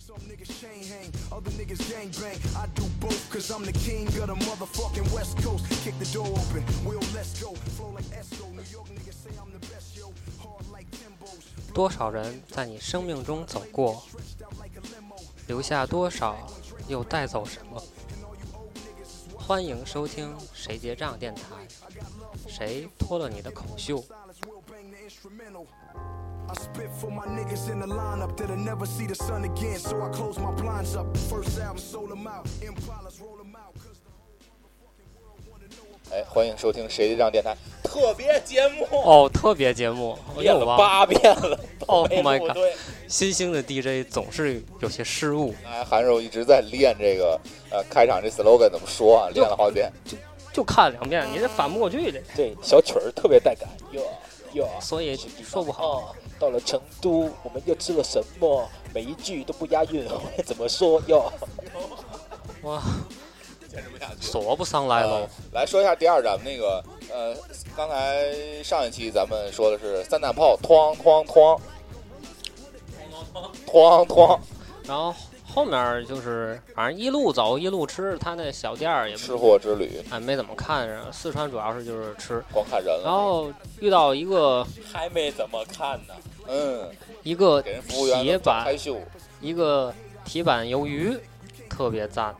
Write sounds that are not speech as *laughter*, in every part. Some niggas chain hang, other niggas gang bang. I do both, cause I'm the king of the motherfucking West Coast. Kick the door open, Will, let's go. Flow like Esco, New York niggas say I'm the best, yo. Hard like Timbo's, 多少人在你生命中走过，留下多少，又带走什么？欢迎收听《谁结账》电台，谁脱了你的口袖？ silence will bang the instrumental. I spit for my niggas in the lineup that'll never see the sun again, so I close my blinds up. First album sold 'em out, Impalas roll 'em out. 'cause 哎，欢迎收听《谁的账》电台特别节目，哦，特别节目，我练又了忘了。八遍了。 Oh 没 my 录 god！对，新兴的 DJ 总是有些失误，哎，韩柔一直在练这个呃开场这 slogan 怎么说啊？练了好几遍。就看两遍，你这反不过去的，对，小曲儿特别带感，哟哟，所以是地方说不好。哦。到了成都，我们又吃了什么？每一句都不押韵， *laughs* 我也怎么说哟？哇，坚持不下去。锁不哦上来喽呃。来说一下第二咱们那个呃，刚才上一期咱们说的是三大炮，哐哐哐，哐哐然后后面就是反正一路走一路吃，他那小店儿也不吃货之旅，哎没怎么看着。四川主要是就是吃，光看人然了。后遇到一个还没怎么看呢。嗯，一个给人服务员铁都找板开秀，一个铁板鱿鱼，特别赞。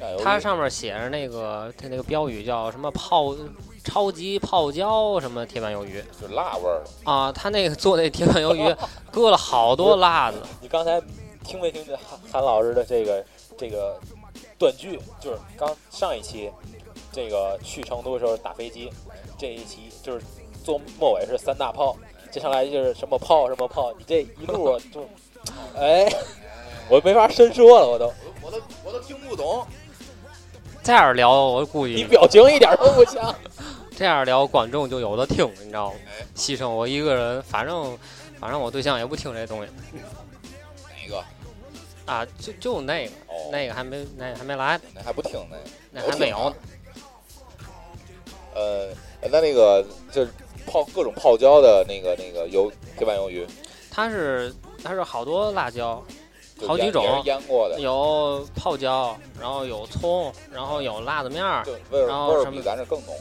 哎呦它上面写着那个它那个标语叫什么泡超级泡椒什么铁板鱿鱼就是辣味儿了。啊，它那个做那铁板鱿 *laughs* 鱼搁了好多辣子，你刚才听没听见韩韩老师的这个这个断句？就是刚上一期这个去成都的时候打飞机，这一期就是做末尾是三大炮，接下来就是什么炮什么炮，你这一路啊就哎，我没法深说了，我都我都我都听不懂，这样聊我估你计表情一点都不像。这样聊观众就有的听，你知道吗哎？牺牲我一个人，反正反正我对象也不听这东西哪一个？啊，就就那个哦那个还没那个还没来，那还不听呢？那还没有呢。呃，那那个就是泡各种泡椒的那个那个鱿铁板鱿鱼，它是它是好多辣椒，就好几腌种也是腌过的，有泡椒，然后有葱，然后有辣子面儿，就味儿然后味什么儿比咱这更浓。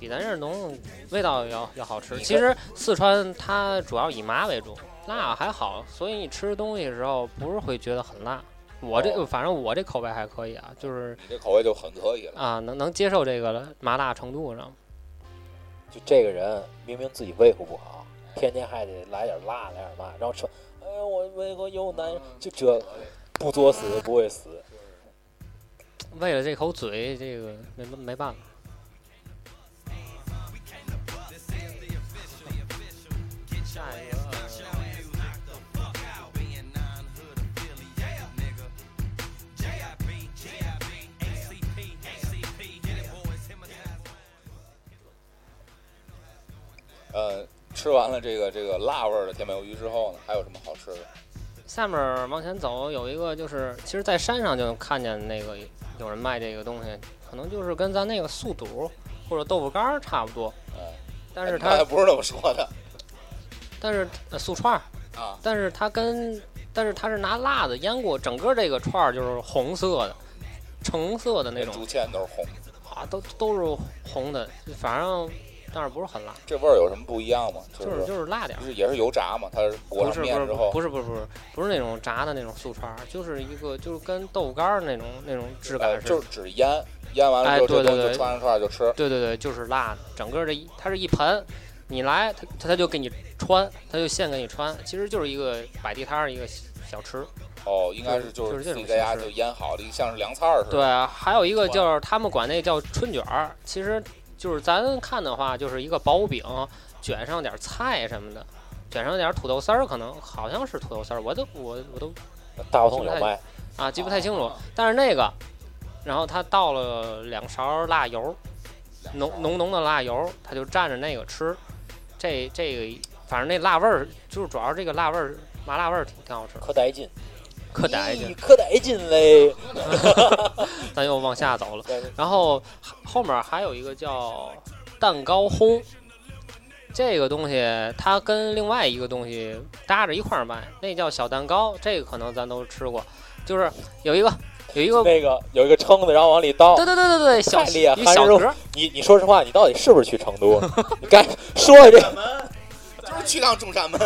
比咱这儿浓，味道要要好吃。你其实四川它主要以麻为主，辣还好，所以你吃东西的时候不是会觉得很辣。我这、哦反正我这口味还可以啊，就是你这口味就很可以了。啊能能接受这个了麻辣程度上。就这个人明明自己胃口不好，天天还得来点辣，来点辣，然后说，哎呀，我胃口又难，就这个不作死不会死。为了这口嘴，这个没没办法。下一个呃，吃完了这个这个辣味儿的铁板鱿鱼之后呢，还有什么好吃的？下面儿往前走有一个，就是其实，在山上就能看见那个有人卖这个东西，可能就是跟咱那个素肚或者豆腐干儿差不多，哎，但是哎刚才它不是这么说 *laughs* 的但是、呃、素串儿，啊。但是它跟但是它是拿辣子腌过，整个这个串儿就是红色的、橙色的那连种竹签都是红的，啊，都都是红的，反正但是不是很辣，这味儿有什么不一样吗？就就是是就是辣点儿不。是也是油炸嘛？它是裹不是不上面是之后，不是不是不是不是那种炸的那种素串儿，就是一个就是跟豆腐干儿那种那种质感呃，似的。就是只腌，腌完了哎之后这对对东西就对穿上串儿就吃。对对对，就是辣的，整个这一它是一盆，你来它它就给你穿，它就现给你穿，其实就是一个摆地摊儿一个小吃。哦，应该是就就是是这自种己在家形式就腌好的，像是凉菜儿似的。对，啊还有一个就是他们管那叫春卷儿，其实就是咱看的话，就是一个薄饼，卷上点儿菜什么的。卷上点儿土豆丝儿，可能好像是土豆丝儿，我都我我都大胡同有卖，啊记不太清楚。但是那个，然后他倒了两勺辣油，凉浓菜儿浓浓的辣油，他就蘸着那个吃。这这个，反正那辣味儿，就是主要是这个辣味儿，麻辣味儿挺挺好吃，可带劲，可带劲咦。可带劲 *laughs* 嘞！咱又往下走了对对，然后后面还有一个叫蛋糕烘，这个东西它跟另外一个东西搭着一块儿卖，那叫小蛋糕，这个可能咱都吃过，就是有一个有一个，那个有一个撑子，然后往里倒对。对对对对，小太厉害一小还是格儿，你你说实话，你到底是不是去成都？ *laughs* 你该说说这咱们就是去趟中 *laughs* 山门，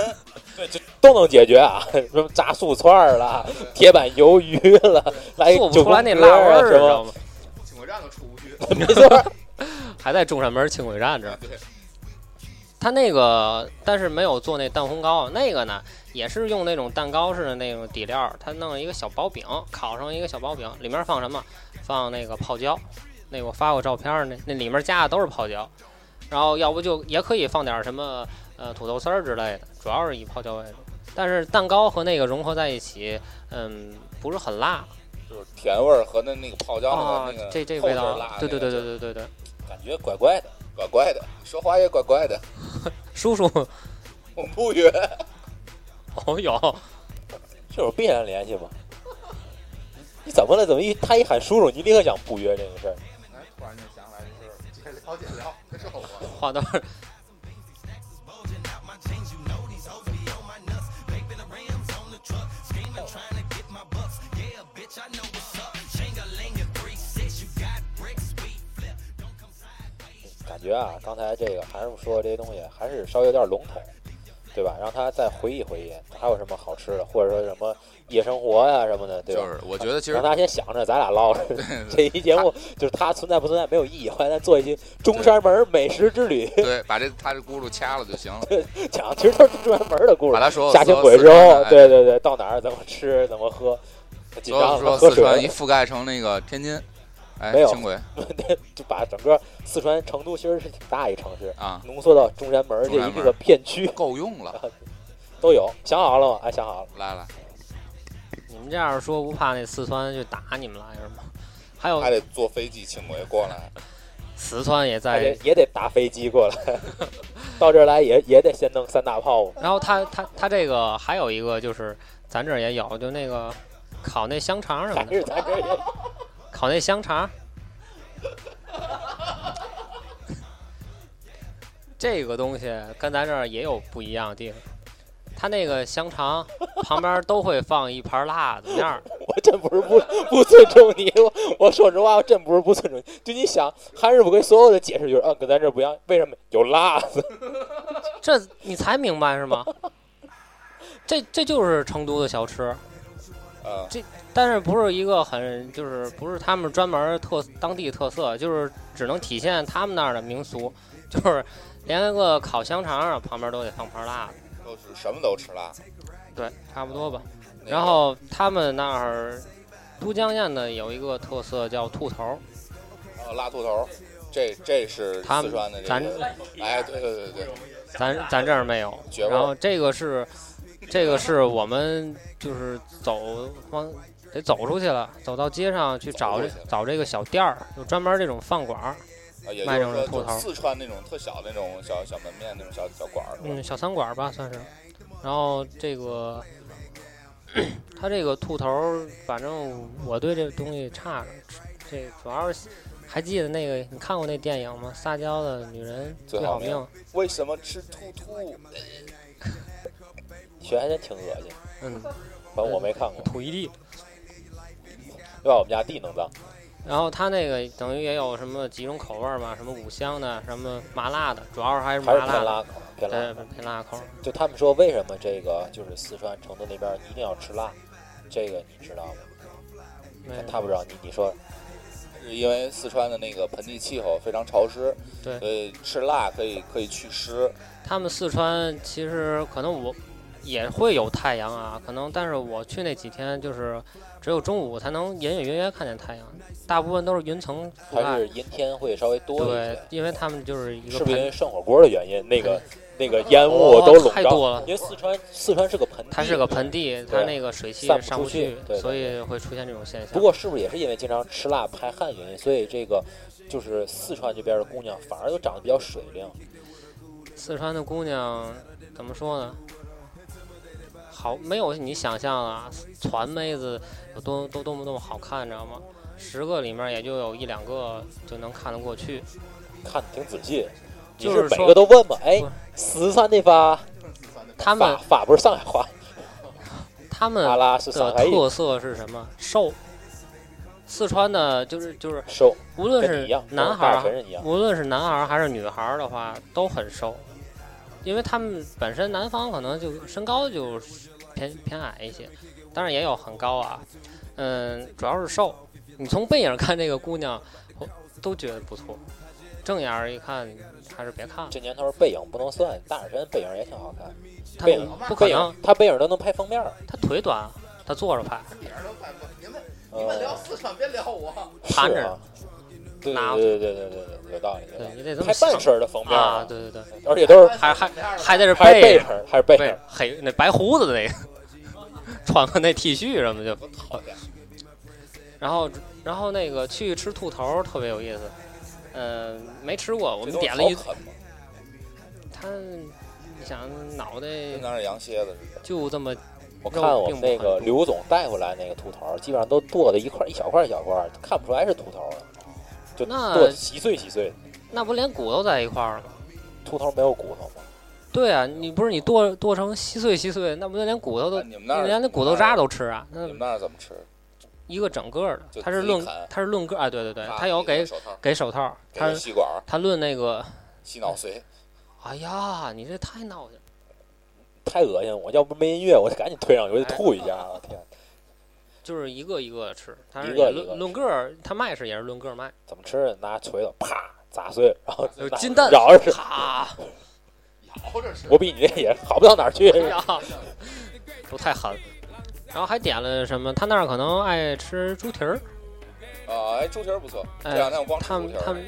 都能解决啊，什么炸素串儿啦，铁板鱿鱼了，来做不九出来那宫辣格味儿，儿啊什知道么，吗？请回站都出不去。 *laughs* 没错儿，还在中山门轻轨站这儿。 *laughs* 对，它那个，但是没有做那蛋烘糕，那个呢也是用那种蛋糕式的那种底料，它弄了一个小薄饼，烤上一个小薄饼，里面放什么？放那个泡椒，那我发过照片儿，那那里面加的都是泡椒，然后要不就也可以放点什么呃土豆丝儿之类的，主要是以泡椒为主。但是蛋糕和那个融合在一起，嗯，不是很辣就是甜味儿和那那个泡椒啊那个、那，个这这后味劲儿道辣，对对对对那个对对对，感觉怪怪的。怪怪的，说话也怪怪的，叔叔，我不约。哦有，这有必然联系吗？你怎么了？怎么一他一喊叔叔，你立刻想不约这个事儿？哎，突然就想起来这事儿，解聊解聊，这是我。话到感觉啊，刚才这个韩师傅说的这些东西还是稍微有点笼统，对吧？让他再回忆回忆，还有什么好吃的，或者说什么夜生活啊呀、什么的，对吧？ *laughs* 就是我觉得其实让他先想着，咱俩唠着。对这期节目就是它存在不存在没有意义，后来咱做一期中山门美食之旅， *laughs* 对，把这他这轱辘掐了就行了，讲其实都是中山门的故把事。他说下轻轨之后，对对对，到哪儿怎么吃怎么喝，紧所有张说喝四川一水，覆盖成那个天津，哎没，有轻轨 *laughs* 就把整个四川成都其实是挺大一城市，啊，浓缩到中山门这中山一门个片区 *laughs* 够用了，都有。想好了吗？哎，想好了。来来，你们这样说不怕那四川就打你们来着吗？还有还得坐飞机轻轨过来，四川也哎而在且，也得打飞机过来， *laughs* 到这儿来也也得先弄三大炮嘛。然后他他他这个还有一个就是咱这儿也有，就那个烤那香肠什么还的，是咱这儿也烤那香肠。这个东西跟咱这儿也有不一样的地方，他那个香肠旁边都会放一盘辣子面儿，我真不是不不尊重你，我我说实话，我真不是不尊重你。就你想，韩师傅跟所有的解释就是，啊，跟咱这不一样，为什么有辣子？ *laughs* 这你才明白是吗？这这就是成都的小吃，嗯，但是不是一个很就是不是他们专门特当地特色，就是只能体现他们那儿的民俗，就是连个烤香肠啊旁边都得放盘辣的，都是什么都吃辣。对，差不多吧。嗯那个然后他们那儿都江堰的有一个特色叫兔头，呃辣兔头，这这是他四们川的这咱个，哎，对对对对，咱咱这儿没有。绝味儿然后这个是这个是我们就是走往得走出去了，走到街上去找这走出去了找这个小店儿，有专门这种饭馆儿，啊，也就卖是这种说，兔就头是四川那种特小那种小小门面那种小小馆儿，嗯，小餐馆儿吧算是。然后这个，他这个兔头儿，反正我对这东西差着，这主要是还记得那个你看过那电影吗？撒娇的女人最最好好命命。为什么吃兔兔？你学还真挺恶心，嗯，反正我没看过，吐一地。就把我们家地弄脏。然后他那个等于也有什么几种口味儿嘛，什么五香的，什么麻辣的，主要是还是麻还是辣偏的，辣对口，偏辣口。，偏辣口儿。就他们说，为什么这个就是四川成都那边一定要吃辣？这个你知道吗？没有他不知道，你你说是因为四川的那个盆地气候非常潮湿，对所以吃辣可以可以祛湿，他们四川其实可能我也会有太阳啊，可能但是我去那几天就是只有中午才能隐隐约约看见太阳，大部分都是云层覆还盖是。阴天会稍微多一对些，，因为他们就是一个是不是因盆为涮火锅的原因？那个那个烟雾哦都笼太罩多了因为四川四川是个盆地，它是个盆地，它那个水汽散不上不出去去对对，对所以会出现这种现象。不过是不是也是因为经常吃辣排汗原因，所以这个就是四川这边的姑娘反而都长得比较水灵，四川的姑娘怎么说呢？好，没有你想象啊，川妹子有多多多么多么好看，你知道吗？十个里面也就有一两个就能看得过去。看得挺仔细。你就是每说个都问吗？哎不，十三的吧，他法们法不是上海话，他们阿拉是上的海语，特色是什么？瘦。四川的，就是就是，瘦，无论跟你是一样男跟我大孩学人一样儿，无啊论是男孩儿还是女孩儿的话，都很瘦，因为他们本身南方可能就身高就偏偏矮一些，当然也有很高啊，嗯，主要是瘦。你从背影看这个姑娘，我都觉得不错，正眼儿一看还是别看了，这年头背影不能算，大眼神背影也挺好看，她背影不可背能影，他背影都能拍封面儿，她腿短，她坐着拍，一点儿都看不。你们你们聊呃，四川，别聊我。是盘着啊，对拿对对对对对对，有道理，有道对理你得这么拍想半身儿的封面儿啊，，对对对，而且都是还还还在这还是背背影儿，还是背影背儿，黑那白胡子那个，穿个那 T 恤什么就讨厌，然后然后那个去吃兔头儿特别有意思，呃，没吃过，我这们都是点了好一，啃嘛他你想脑袋跟咱这羊蝎子似的。就这么我看我们那并不个很多刘总带回来那个兔头儿，基本上都剁的一块儿一小块儿一小块儿，看不出来是兔头儿了，就那剁得稀碎稀碎的。那不连骨头在一块儿吗？兔头没有骨头吗？对啊，你不是你剁剁成稀碎稀碎，那不就连骨头都哎你们那儿连那骨头渣都吃啊？你那们那儿怎么吃？一个整个儿的，就它是自己论砍它是论个儿啊，对对对，拿它有那个给手套，给手套，给它个吸管儿，它论那个，吸脑髓。哎呀，你这太闹心了。太恶心了！我要不没音乐，我就赶紧推上去，我就哎吐一下。我天，就是一个一个吃，它是一也个一个论论个儿，它卖是也是论个儿 *laughs* 卖，怎么吃？拿锤子啪砸碎，然后有拿金蛋咬着吃。咔， *laughs* 熬着吃。我比你这也好不到哪儿去。哎呀，都太狠。然后还点了什么？他那儿可能爱吃猪蹄儿，啊，哎，猪蹄儿不错。这哎两天我光吃他猪们蹄他儿，们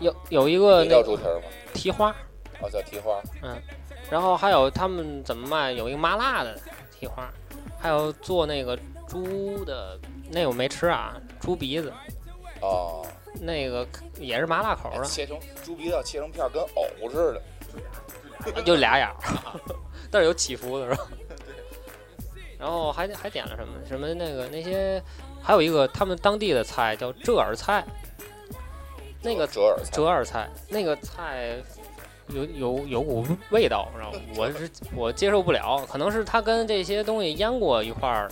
有有一个你那叫个猪蹄儿吗？蹄花，哦，叫蹄花。然后还有他们怎么卖？有一个麻辣的蹄花，还有做那个猪的，那我没吃啊，猪鼻子哦，那个也是麻辣口啊哎的，切成猪鼻子要切成片儿，跟藕似的。就俩眼儿， *laughs* 但是有起伏的是吧？ *laughs* 然后还还点了什么什么那个那些，还有一个他们当地的菜叫折耳菜，那个折耳菜折耳菜那个菜有有有股味道，然后我是我接受不了，可能是它跟这些东西腌过一块儿，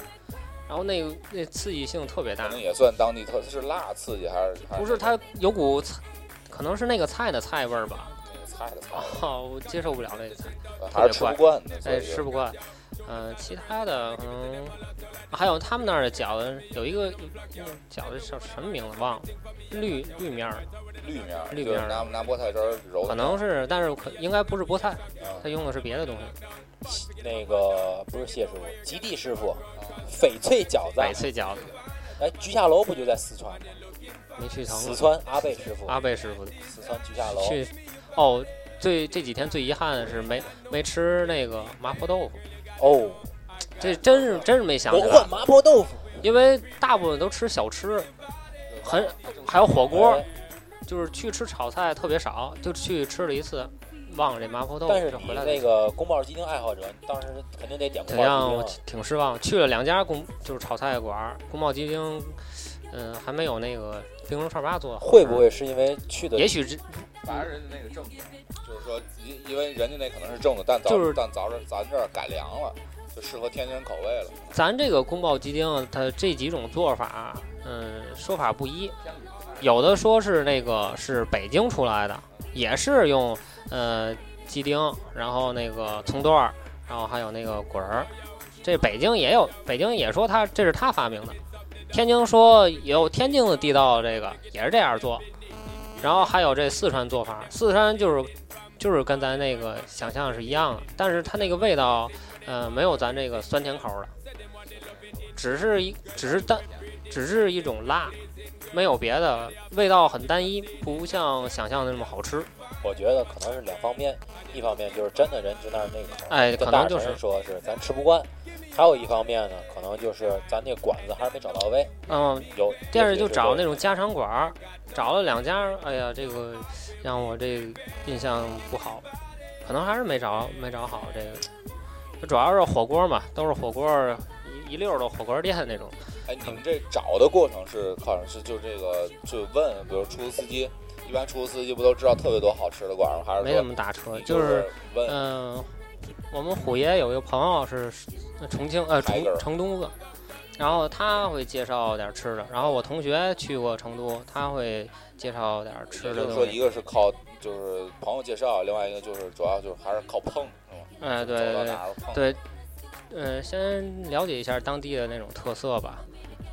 然后那个那刺激性特别可大能，也算当地特，是辣刺激还是？还不是它有股菜，可能是那个菜的菜味儿吧， *laughs* 那个菜的菜，啊啊，我接受不了那个菜。还是吃不惯的。所哎，以吃不惯。呃，其他的可能、还有他们那儿的饺子，有一个那个饺子叫什么名字忘了，绿绿面儿，绿面儿，绿就是面儿拿拿菠菜汁儿揉的。可能是，但是可应该不是菠菜，啊它用的是别的东西。那个不是谢师傅，极地师傅，嗯翡翠饺子。翡翠饺子哎，菊下楼不就在四川吗？没去成，四川阿贝师傅，阿贝师傅四川菊下楼。去。哦，最这几天最遗憾的是没没吃那个麻婆豆腐，哦，这真是真是没想起我来换，麻婆豆腐。因为大部分都吃小吃，很还有火锅。哎就是去吃炒菜特别少，就去吃了一次，忘了这麻婆豆腐但是就你回来那个宫保鸡丁爱好者，你当时肯定得点宫怎样？保我鸡丁啊。挺失望。去了两家宫，就是炒菜馆儿，宫保鸡丁，嗯、还没有那个冰城串吧做的好吃。会不会是因为去的也许这反正人家那个正宗，就是说，因因为人家那可能是正的，但咱就是但咱这咱这儿改良了，就适合天津人口味了。咱这个宫保鸡丁啊，它这几种做法，嗯，说法不一。有的说是那个是北京出来的，也是用呃鸡丁，然后那个葱段儿，然后还有那个滚儿。这北京也有，北京也说他这是他发明的。天津说有天津的地道，这个也是这样做。然后还有这四川做法，四川就是就是跟咱那个想象是一样的，但是它那个味道，呃，没有咱这个酸甜口儿的，只是一只是单，只是一种辣，没有别的，味道很单一，不像想象的那么好吃。我觉得可能是两方面，一方面就是真的人就那儿那口儿，哎，跟可大能就神是，说是咱吃不惯；还有一方面呢，可能就是咱那馆子还是没找到位，嗯，有电视就找那种种家常馆儿，找了两家，哎呀，这个让我这印象不好，可能还是没找没找好这个。主要是火锅嘛，都是火锅儿一一溜儿的火锅店那种。嗯哎，你们这找的过程是靠是就这个就问，比如出租司机，一般出租司机不都知道特别多好吃的馆儿吗？还是没说怎么打车，你就就是问嗯、我们虎爷有一个朋友是重庆呃海埂儿成成都的，然后他会介绍点儿吃的，然后我同学去过成都，他会介绍点儿吃也的就是说，东一西。个是靠就是朋友介绍，另外一个就是主要就是还是靠碰，是吗？哎、对走对到对哪儿碰。对，呃，先了解一下当地的那种特色吧，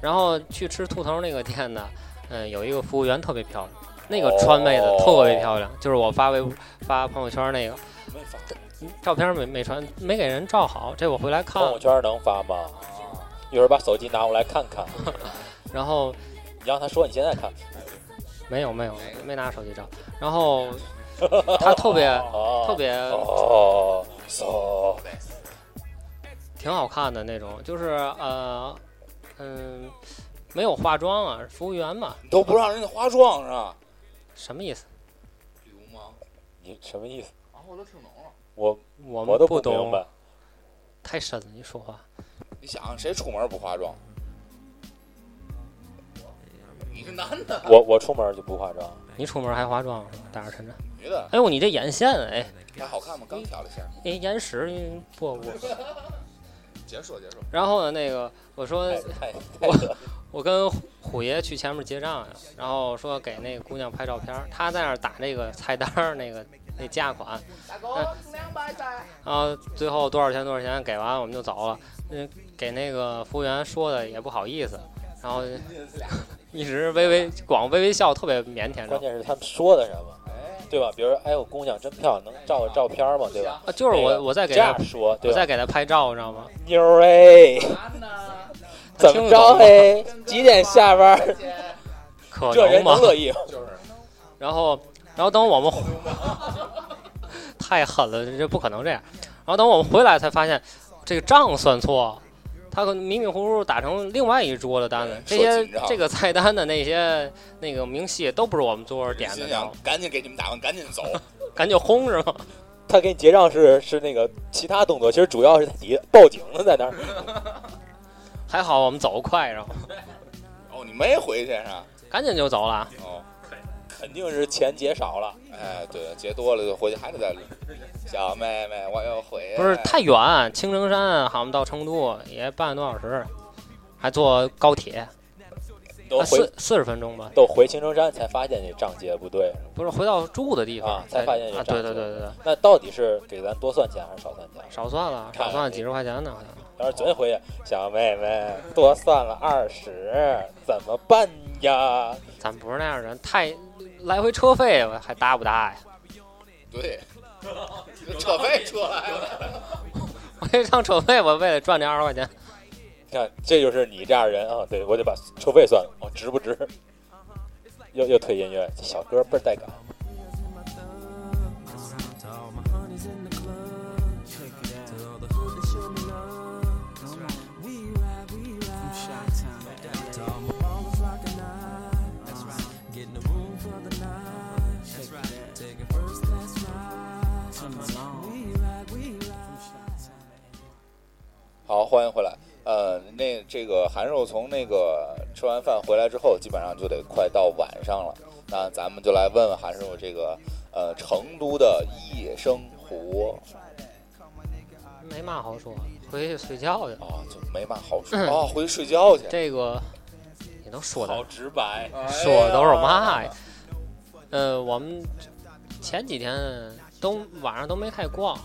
然后去吃兔头那个店呢， *laughs* 嗯、有一个服务员特别漂亮，那个川妹子特别漂亮，就是我发微嗯发朋友圈那个没法照片没没传，没给人照好，这我回来看朋友了，圈能发吗？一会儿把手机拿过来看看，然后你让他说你现在看。没有没有没拿手机照，然 *laughs* 后他特别哦，特别哦，so 挺好看的那种，就是呃嗯、没有化妆啊，服务员嘛，你都不让人家化妆是吧？什么意思？流氓，你什么意思？然啊后我都听懂了，我我我们都不明懂，啊白。太深了，你说话。你想谁出门不化妆？ *laughs* 你是男的，我我出门就不化妆，你出门还化妆是吧，打着晨晨。女的哎呦，你这眼线，哎，还好看吗？刚挑了一下，嗯哎，眼屎你不不。结束结束，然后呢，那个我说太我我跟虎虎爷去前面结账呀，然后说给那个姑娘拍照片儿，她在那儿打那个菜单儿那个那价款，大哥，两百三，然后最后多少钱多少钱给完我们就走了。嗯，给那个服务员说的也不好意思，然后一直微微光微微笑，特别腼腆关着。键是他们说的什么，哎，对吧？比如说，哎呦，姑娘真漂亮，能照个照片吗？对吧？啊，就是那我个我在这给她样说，我对在吧？给她拍照，你知道吗？妞儿哎，男的，怎么着哎？几点下班？姐，可这能人哦吗能？乐意？就是然后，然后等我们回 *laughs* 太狠了，这不可能这样。然后等我们回来才发现，这个账算错，他可能迷迷糊糊打成另外一桌的单子嗯。这说些紧张这个菜单的那些那个明细都不是我们桌点的心，然想啊后赶紧给你们打完，赶紧走。赶紧轰是吗？他给你结账是是那个其他动作，其实主要是你报警了在那儿。 *laughs* 还好我们走得快，然后哦，你没回去是吧？赶紧就走了。哦，肯定是钱结少了，哎，对，结多了就回去还得再领。小妹妹，我又回来。不是太远，青城山好像到成都也半个多小时，还坐高铁，都啊回、四四十分钟吧。都回青城山才发现这账结不对。不是回到住的地方啊才发现有啊，对账对是吧对对对。那到底是给咱多算钱还是少算钱？少算了，看少算了几十块钱呢，好像。要是昨天回去，小妹妹多算了二十，怎么办呀？咱不是那样人，太来回车费还搭不搭呀？ *laughs* *laughs* 对，扯费出来了。我这趟车费，我为了赚这二十块钱，你看，这就是你这样人啊！对我得把车费算了，哦，值不值？又又推音乐，这小哥倍儿带感。好，欢迎回来。呃，那这个韩寿从那个吃完饭回来之后，基本上就得快到晚上了。那咱们就来问问韩寿这个呃成都的夜生活没嘛好说，回去睡觉去。啊，就没嘛好说啊，回去睡觉去。嗯这个你都说的直白，说的都是嘛呀？哎呃，我们前几天都晚上都没太逛，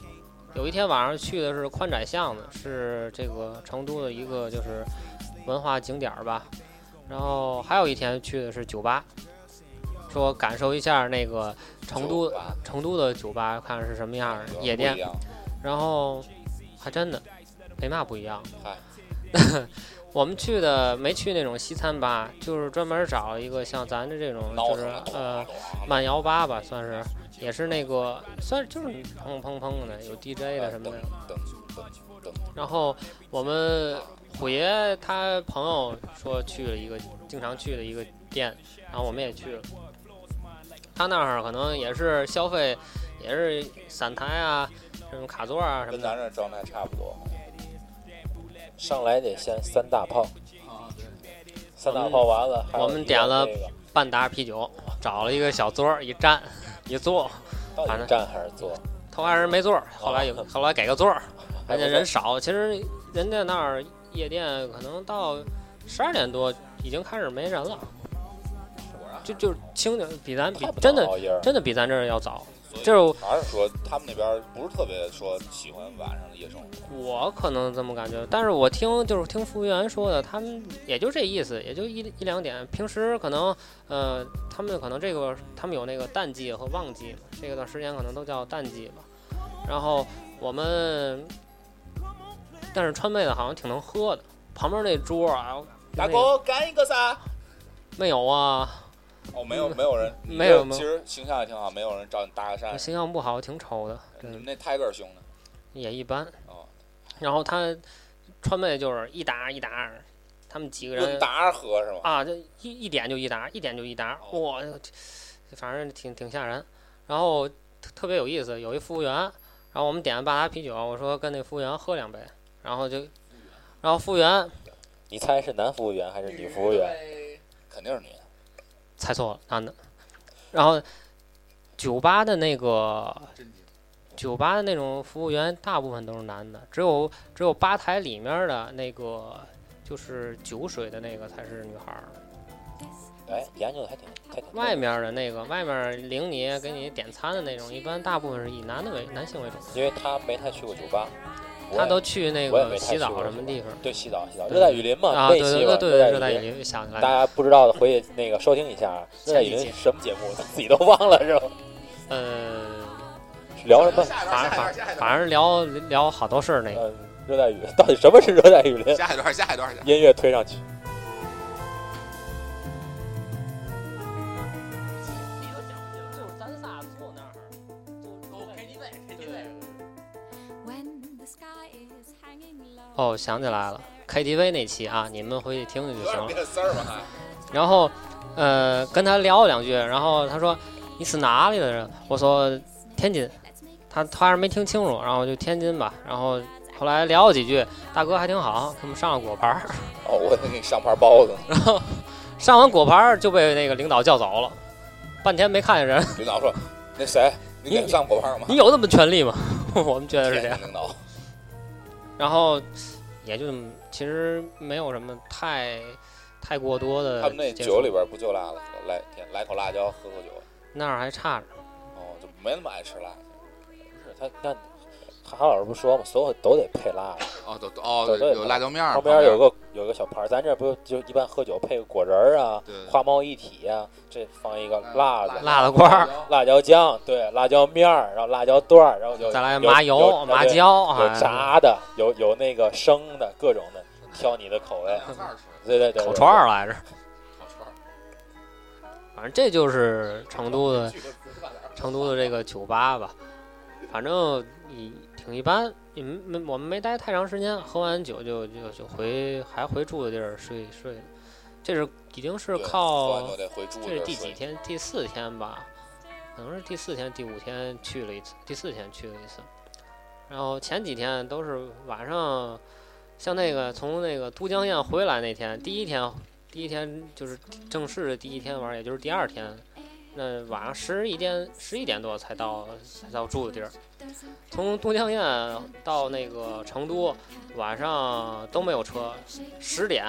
有一天晚上去的是宽窄巷子，是这个成都的一个就是文化景点儿吧。然后还有一天去的是酒吧，说感受一下那个成都酒吧成都的酒吧，看是什么样儿有点夜不一店。样然后还真的没嘛不一样嗨。 *laughs* 我们去的没去那种西餐吧，就是专门找一个像咱的这种，挠就是疼了，呃挠疼了慢摇吧吧，算是也是那个算是就是嗯砰砰砰的，有 DJ 的什么的。等等等等，然后我们虎爷他朋友说去了一个经常去的一个店，然后我们也去了。他那儿可能也是消费，也是散台啊，什么卡座啊什么跟的咱。这状态差不多。上来得先三大炮，啊，对，三大炮完了，还有我们点了一个半打啤酒，找了一个小桌儿一站一坐，到反正底站还是坐？头开始没座儿，后来有哦后来给个座儿，还而不且错人少，其实人家那儿夜店可能到十二点多已经开始没人了，啊就就是清的比咱比太不真能的熬夜了，真的比咱这儿要早，所以就是还是说他们那边不是特别说喜欢晚上的夜生活，我可能这么感觉，但是我听就是听服务员说的，他们也就这意思，也就一一两点。平时可能呃，他们可能这个他们有那个淡季和旺季，这段时间可能都叫淡季吧。然后我们，但是川贝的好像挺能喝的，旁边那桌啊，那大个哥干一个噻。没有啊，哦，没有没有人，没有你没有这其实形象也挺好，没有人找你搭个我讪。形象不好，挺丑的，你真们的那 Tiger 兄呢？也一般。哦，然后他川贝就是一打一打，他们几个人问达喝是吗？啊，这一一点就一打，一点就一打，哇，反正挺挺吓人。然后特特别有意思，有一服务员，然后我们点了半打啤酒，我说跟那服务员喝两杯，然后就，然后服务员你猜是男服务员还是女服务员？肯定是你。啊猜错了，男的。然后酒吧的那个真精，酒吧的那种服务员大部分都是男的，只有只有吧台里面的那个就是酒水的那个才是女孩儿。哎，研究的还挺还挺多外，面的哦那个，外面领你给你点餐的那种，一般大部分是以男的为男性为主，因为他没太去过酒吧，我他也都去那我也没个太洗去澡过什么地方对洗澡洗澡，对热带雨林嘛，啊？那对期对嘛对对，热热带雨雨林。林想起大来了，家不知道的回去那个收听一 *laughs* 下热带雨林什么节目，自己都忘了是吧？ *laughs* 呃，聊什么？反正反反正聊聊好多事儿那个，嗯，热带雨 *laughs* 林到底什么是热带雨 *laughs* 林？ *laughs* 下一段，下一段，下一段，音乐推上去。就是咱仨坐那儿，就 KTV，KTV。哦，哦，想想起起来来了了，KTV ，KTV 那期啊，你们回去听听就有行点了。变丝儿嘛，还然后，呃，跟他聊了两句，然后他说你是哪里的人？我说天津。他他还是没听清楚，然后就天津吧。然后后来聊了几句，大哥还挺好，给我们上了果盘儿。哦，我得给你上盘包子呢。然后上完果盘儿就被那个领导叫走了，半天没看见 *laughs* 人。领导说：“那谁，你给你上果盘吗你？”有那么权利吗？ *laughs* 我们觉得是这天样。津领导，然后也就其实没有什么太太过多的 *laughs* 他们那接酒触里边不就辣了，来点来口辣椒，喝口酒，那儿还差着。哦，就没那么爱吃辣。他那韩老师不说嘛，所有都得配辣的，哦，都哦，有辣椒面儿，旁边有个有个小盘儿，咱这不就一般喝酒配个果仁儿啊，对花猫一体啊，这放一个嗯辣的。辣的罐儿，辣椒酱，对，辣椒面儿，然后辣椒段儿，然后有再来有麻有油、麻有椒，哎有还炸的，有有那个生的，各种的，挑你的口嗯味。两串吃，对对对，烤串儿啊来着。烤串儿，反正这就是成都的成都的这个酒吧吧，反正也挺一般，也没我们没待太长时间，喝完酒就就就回还回住的地儿睡睡了。这是已经是对喝完靠酒得回住这是地儿第几睡。天？第四天吧，可能是第四天、第五天去了一次，第四天去了一次。然后前几天都是晚上，像那个从那个都江堰回来那天，第一天，第一天就是正式的第一天玩，也就是第二天，那晚上十一点十一点多才到才到住的地儿。从都江堰到那个成都，晚上都没有车，十点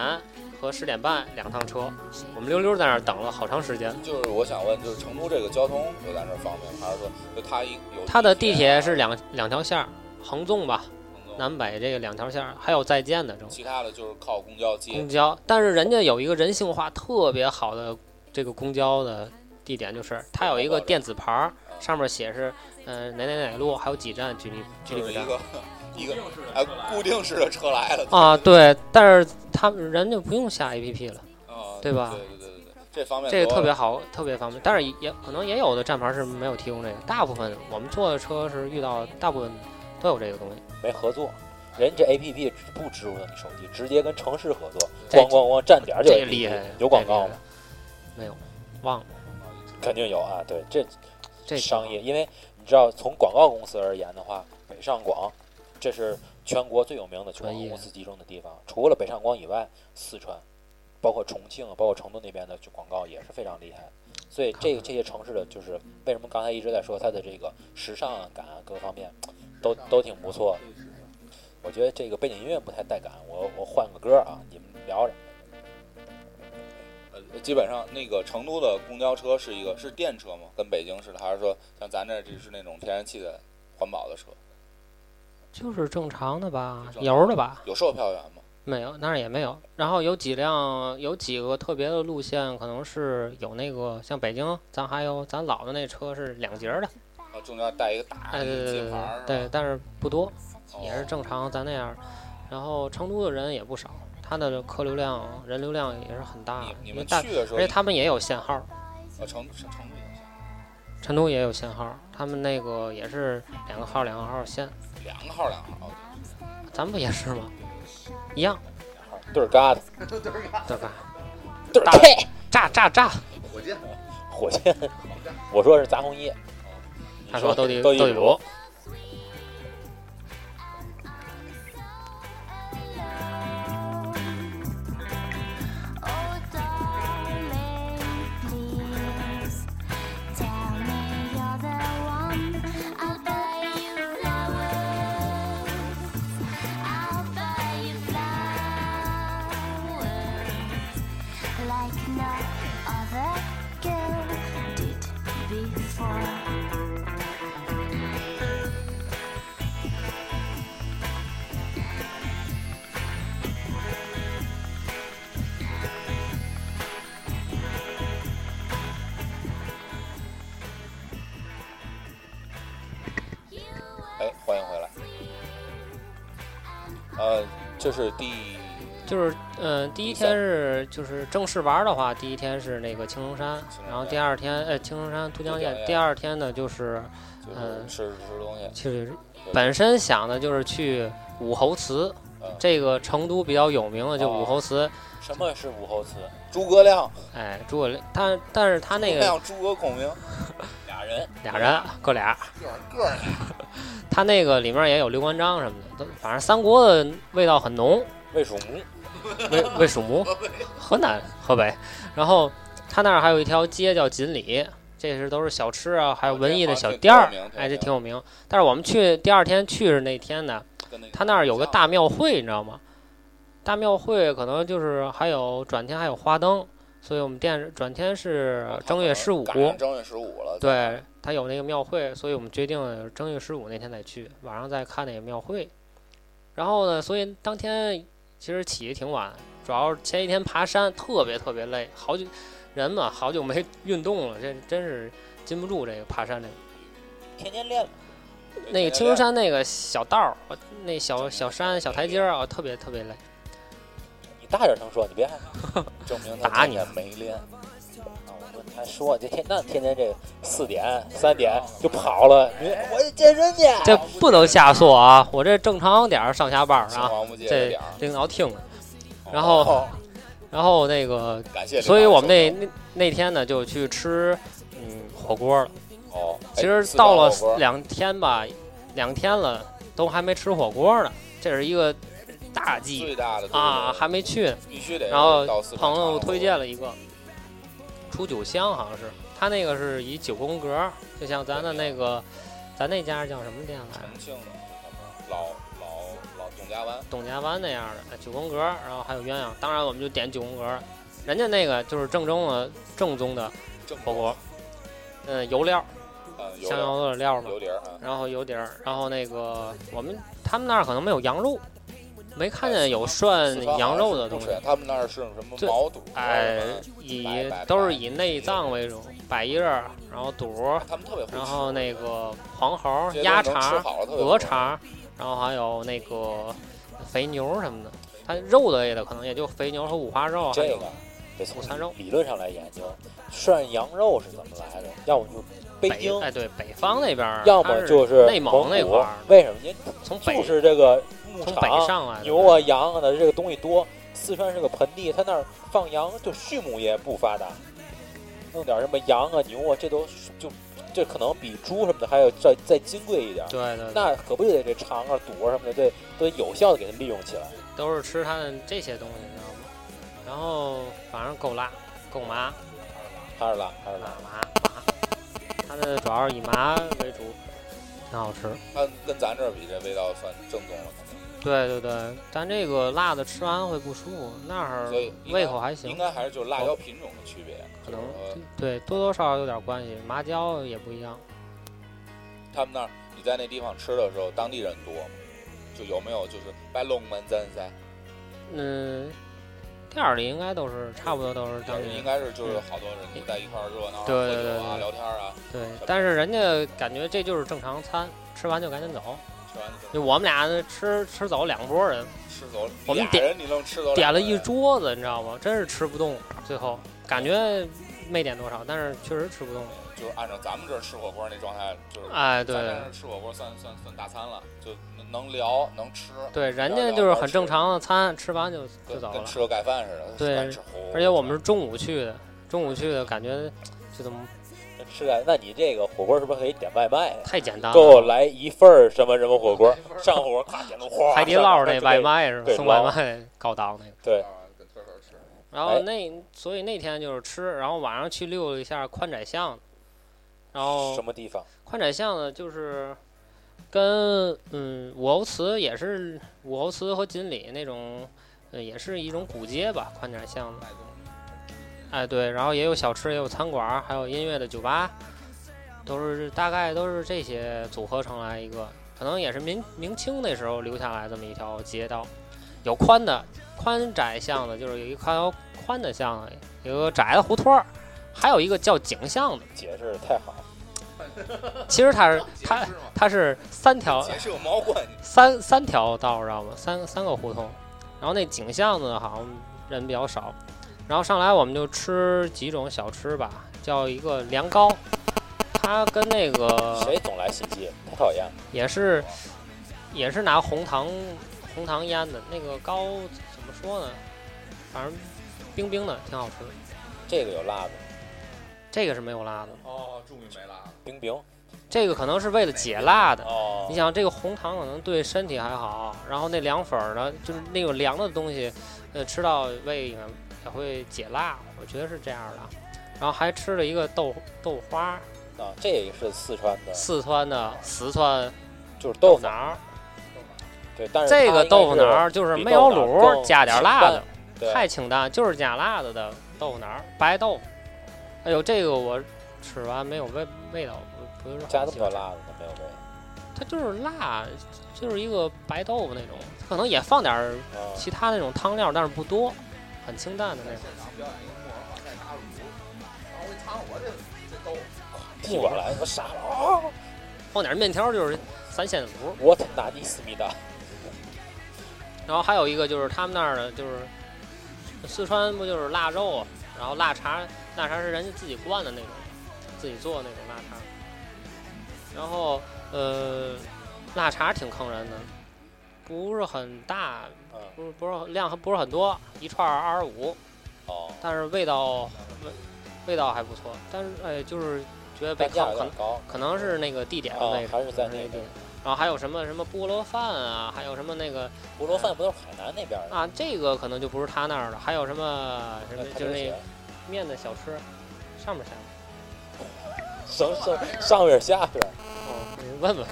和十点半两趟车，我们溜溜在那儿等了好长时间。就是我想问，就是成都这个交通有咱这儿方便，还是说就它一有它的地地铁啊是两两条线儿，横纵吧，能够南北这个两条线儿，还有在建的这种其他的就是靠公交接公。交。但是人家有一个人性化特别好的这个公交的地点，就是它有一个电子牌儿，上面写是嗯、呃哪哪哪路，还有几站距离距离就是几一站。个 *laughs* 一个哎，固定式的车来了啊，对，但是他们人家不用下 A P P 了，啊，对吧对对对对对，这方面这个多特别了好，特别方便。但是也可能也有的站牌是没有提供这个，大部分我们坐的车是遇到大部分都有这个东西。没合作。人这 A P P 不植入到你手机，直接跟城市合作，这咣咣咣站点儿就这 APP 厉害，有广告吗？？没有，忘了。肯定有啊，对，这这挺商好业，因为你知道，从广告公司而言的话，北上广这是全国最有名的广专告业公司集中的地方。除了北上广以外，四川，包括重庆啊，包括成都那边的就广告也是非常厉害。所以嗯这这些城市的就是为什么刚才一直在说它的这个时尚感啊各方面都都挺不错。我觉得这个背景音乐不太带感，我我换个歌啊，你们聊着。呃，基本上那个成都的公交车是一个是电车吗？跟北京似的，还是说像咱这儿这是那种天然气的环保的车？就是正常的吧，正常油儿的吧，有售票员吗？没有那儿也没有。然后有几辆，有几个特别的路线，可能是有那个像北京，咱还有咱老的那车是两节儿的，啊，中间带一个大哎，对对金对牌儿，啊哦对，但是不多。是吧也是正常咱那样儿。然后成都的人也不少，它的客流量、人流量也是很大哦的。你你因为们大，去的时而候，且他们也有限号儿，呃成成成都也是成都也有限号儿，他们那个也是两个号儿两个号儿限，两个号儿两个号儿，咱们不也是吗？一样，对儿嘎的，就是看对吧？对儿大嘎的，炸炸炸！火箭，火箭，我说是杂红衣，嗯他说斗地斗斗地主主， Oh, darling, please tell me you're the one. I'll buy you flowers. I'll buy you flowers like no other girl did before. You 哎，欢迎回来。呃，这是第就是嗯、呃第一天是就是正式玩儿的话，第一天是那个青城山青城，然后山第二天呃青城山都江都江堰，堰第二天呢就是就是嗯吃吃东西，其实本身想的就是去武侯祠，嗯，这个成都比较有名的就哦武侯祠，什么是武侯祠？诸葛亮，哎，诸葛亮，但但是他那诸个葛亮诸葛孔明，俩人俩人哥俩，个儿个儿他那个里面也有刘关张什么的，都反正三国的味道很浓，魏蜀吴，魏魏蜀吴，河南河北，然后他那儿还有一条街叫锦里。这是都是小吃啊，还有文艺的小店哦儿这好像挺有名，哎，挺有名这挺有名。但是我们去第二天去是那天呢，跟那个他那儿有个大庙会，你知道吗？大庙会可能就是还有转天还有花灯，所以我们店转天是正月十五，赶上正月十五了，对，他有那个庙会，所以我们决定正月十五那天再去，晚上再看那个庙会。然后呢，所以当天其实起得挺晚，主要是前一天爬山特别特别累，好久人嘛好久没运动了，这真是禁不住这个爬山这个。天天练了，那个青城城，山那个小道儿，我那小小山小台阶儿啊，特别特别累。你大点声说，你别害怕。 *laughs* 证明打你也没练。啊，我跟他说，这天那天天这四点三点就跑了，你我去健身去。这不能下错啊！我这正常点儿上下班儿新啊，黄不接着这点儿，领导听了。哦然后，然后那个，感谢领导的收听，所以我们那那那天呢就去吃嗯火锅了。哦，哎其实四到川了火锅两天吧，两天了都还没吃火锅呢，这是一个大忌最大的啊，还还没去呢。必须得然后到四川朋友尝推荐火了一个出酒香，好像是他那个是以九宫格儿，就像咱的那个，咱那家叫什么店来锅着？重庆的什么老老老董家湾，董家湾那样的哎九宫格儿，然后还有鸳鸯，当然我们就点九宫格儿，人家那个就是正宗的正宗的正火锅，嗯，油料呃，有香点儿油的料嘛有，点儿啊，然后油底儿，然后那个我们他们那儿可能没有羊肉，没看见有涮四川好像嗯羊肉是的不东西吃，他们那儿是什么这毛肚啊？哎什么，以白白都是以内脏为主，百叶儿，然后肚儿，他们特别会吃，然后那个黄喉、这些鸭东西能吃肠、好了特别鹅多肠，然后还有那个肥牛什么的。它肉的也得可能也就肥牛和五花肉，还这有个得从午餐肉理论上来研究，涮羊肉是怎么来的？要么就是北京，哎对，北方那边儿，要它么就是内蒙那古块儿，为什么？因为从北就是这个牧从北场上来的牛啊羊啊的这个东西多。四川是个盆地，它那儿放羊就畜牧业不发达，弄点什么羊啊牛啊，这都就这可能比猪什么的还要再再金贵一点。对对，对那可不就得这肠啊、肚啊什么的，这都得有效的给它利用起来。都是吃它的这些东西，你知道吗？然后反正够辣，够麻，哈士拉，哈士麻拉，麻，它的主要是以麻为主，挺好吃。它跟咱这儿比，这味道算正宗了，肯定。对对对，咱这个辣的吃完会不舒服，那儿所以应该胃口还应行，该还是就是辣椒品种的区别，啊可就是能说对多多少少有点关系，麻椒也不一样。他们那儿你在那地方吃的时候，当地人多吗？就有没有就是白龙门咱噻，嗯，店儿里应该都是差不多都是当但地是应人，该是就是好多人就在一块儿热闹啊、对对喝酒啊、对对聊天啊，对，但是人家感觉这就是正常餐，吃完就赶紧走。吃完就就我们俩吃吃走两拨人，吃走。我们俩点人你能吃走点两个了人一桌子，你知道吗？真是吃不动，最后感觉没点多少，但是确实吃不动。就是按照咱们这儿吃火锅那状态，就是哎，咱对在这儿吃火锅算算算大餐了，就能能聊能吃，对，人家就是很正常的餐，吃完就就跟走跟了。吃个盖饭似的。对干吃火锅而且我们是中午去的，中午去的感觉这怎么是的，那你这个火锅是不是可以点外卖呀？太简单给我了？来一份儿什么什么火锅，上火锅咔点个哗，海底捞那外卖是吧？对送外捞卖高档那个。对，啊，跟特色吃，然哎后那所以那天就是吃，然后晚上去溜了一下宽窄巷，然后什么地方？宽窄巷呢，就是跟嗯武侯祠也是武侯祠和锦里那种，呃，也是一种古街吧，宽窄巷的。哎，对，然后也有小吃，也有餐馆儿，还有音乐的酒吧，都是大概都是这些组合成来一个，可能也是明明清那时候留下来这么一条街道，有宽的宽窄巷子，就是有一条宽的巷子，有个窄的胡同儿，还有一个叫井巷子。解释得太好，其实它是它解释嘛，它是三条解释有毛关系，三三条道，知道吗？三三个胡同，然后那景巷子好像人比较少，然后上来我们就吃几种小吃吧，叫一个凉糕，它跟那个谁总来喜剧，太讨厌了。也是也是拿红糖红糖腌的那个糕，怎么说呢？反正冰冰的，挺好吃的。这个有辣子，这个是没有辣的，哦，终于没辣了，冰冰这个可能是为了解辣的。哦你想这个红糖可能对身体还好，然后那凉粉儿呢，就是那个凉的东西，呃，吃到胃里面也会解辣，我觉得是这样的。然后还吃了一个豆豆花，啊，这也是四川的，四川的四川就是豆腐腐，脑儿，对，但是它这个豆腐脑应该是儿就是没有比豆腐脑卤，更加点辣的，对太清淡，就是加辣的的豆腐脑儿，白豆腐。哎呦，这个我吃完没有味味道，我不是很加这么喜多欢吃辣子它没有味它就是辣，就是一个白豆腐那种，可能也放点儿啊。其他那种汤料，但是不多，很清淡的那在种。现场表演一个木耳花菜打卤，然后我一尝我这这豆腐，替我来，我傻了，啊放点面条就是三鲜糊，我哪里思密达？然后还有一个就是他们那儿的，就是四川不就是腊肉啊，然后腊肠，腊肠是人家自己灌的那种，自己做的那种腊肠。然后呃，腊肠挺坑人的，不是很大，嗯，不是不是量不是很多，一串二十五，哦，但是味道味味道还不错，但是哎就是觉得被单价坑有可能点高可能是那个地点的啊位置，还是在可能那地个点。然后还有什么什么菠萝饭啊，还有什么那个胡萝饭不都是海南那边的？啊，这个可能就不是他那儿的。还有什么什么它就是那写个面的小吃，上面下面，什么上上边儿下边儿，哦，你问问。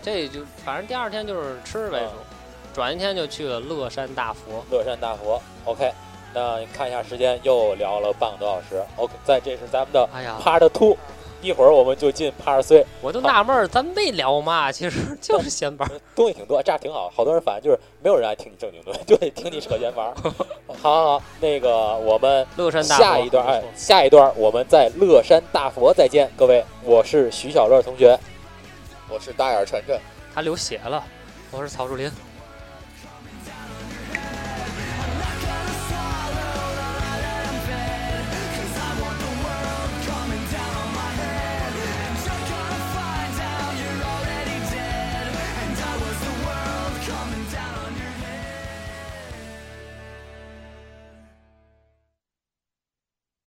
这就反正第二天就是吃哦为主，转一天就去了乐山大佛。乐山大佛。OK，那你看一下时间，又聊了半个多小时。OK，在这是咱们的哎呀， Part Two，一会儿我们就进 Part Three。我就纳闷儿，咱没聊嘛，其实 *laughs* 就是闲玩儿。 *laughs* 东西挺多，这样挺好。好多人反正就是没有人爱听你正经东西，就 *laughs* 得听你扯闲玩儿。好好好，那个我们乐山大佛，下一段，哎不，错下一段我们在乐山大佛再见，各位，我是徐小乐同学。我是大眼晨晨。他流血了，我是曹树林，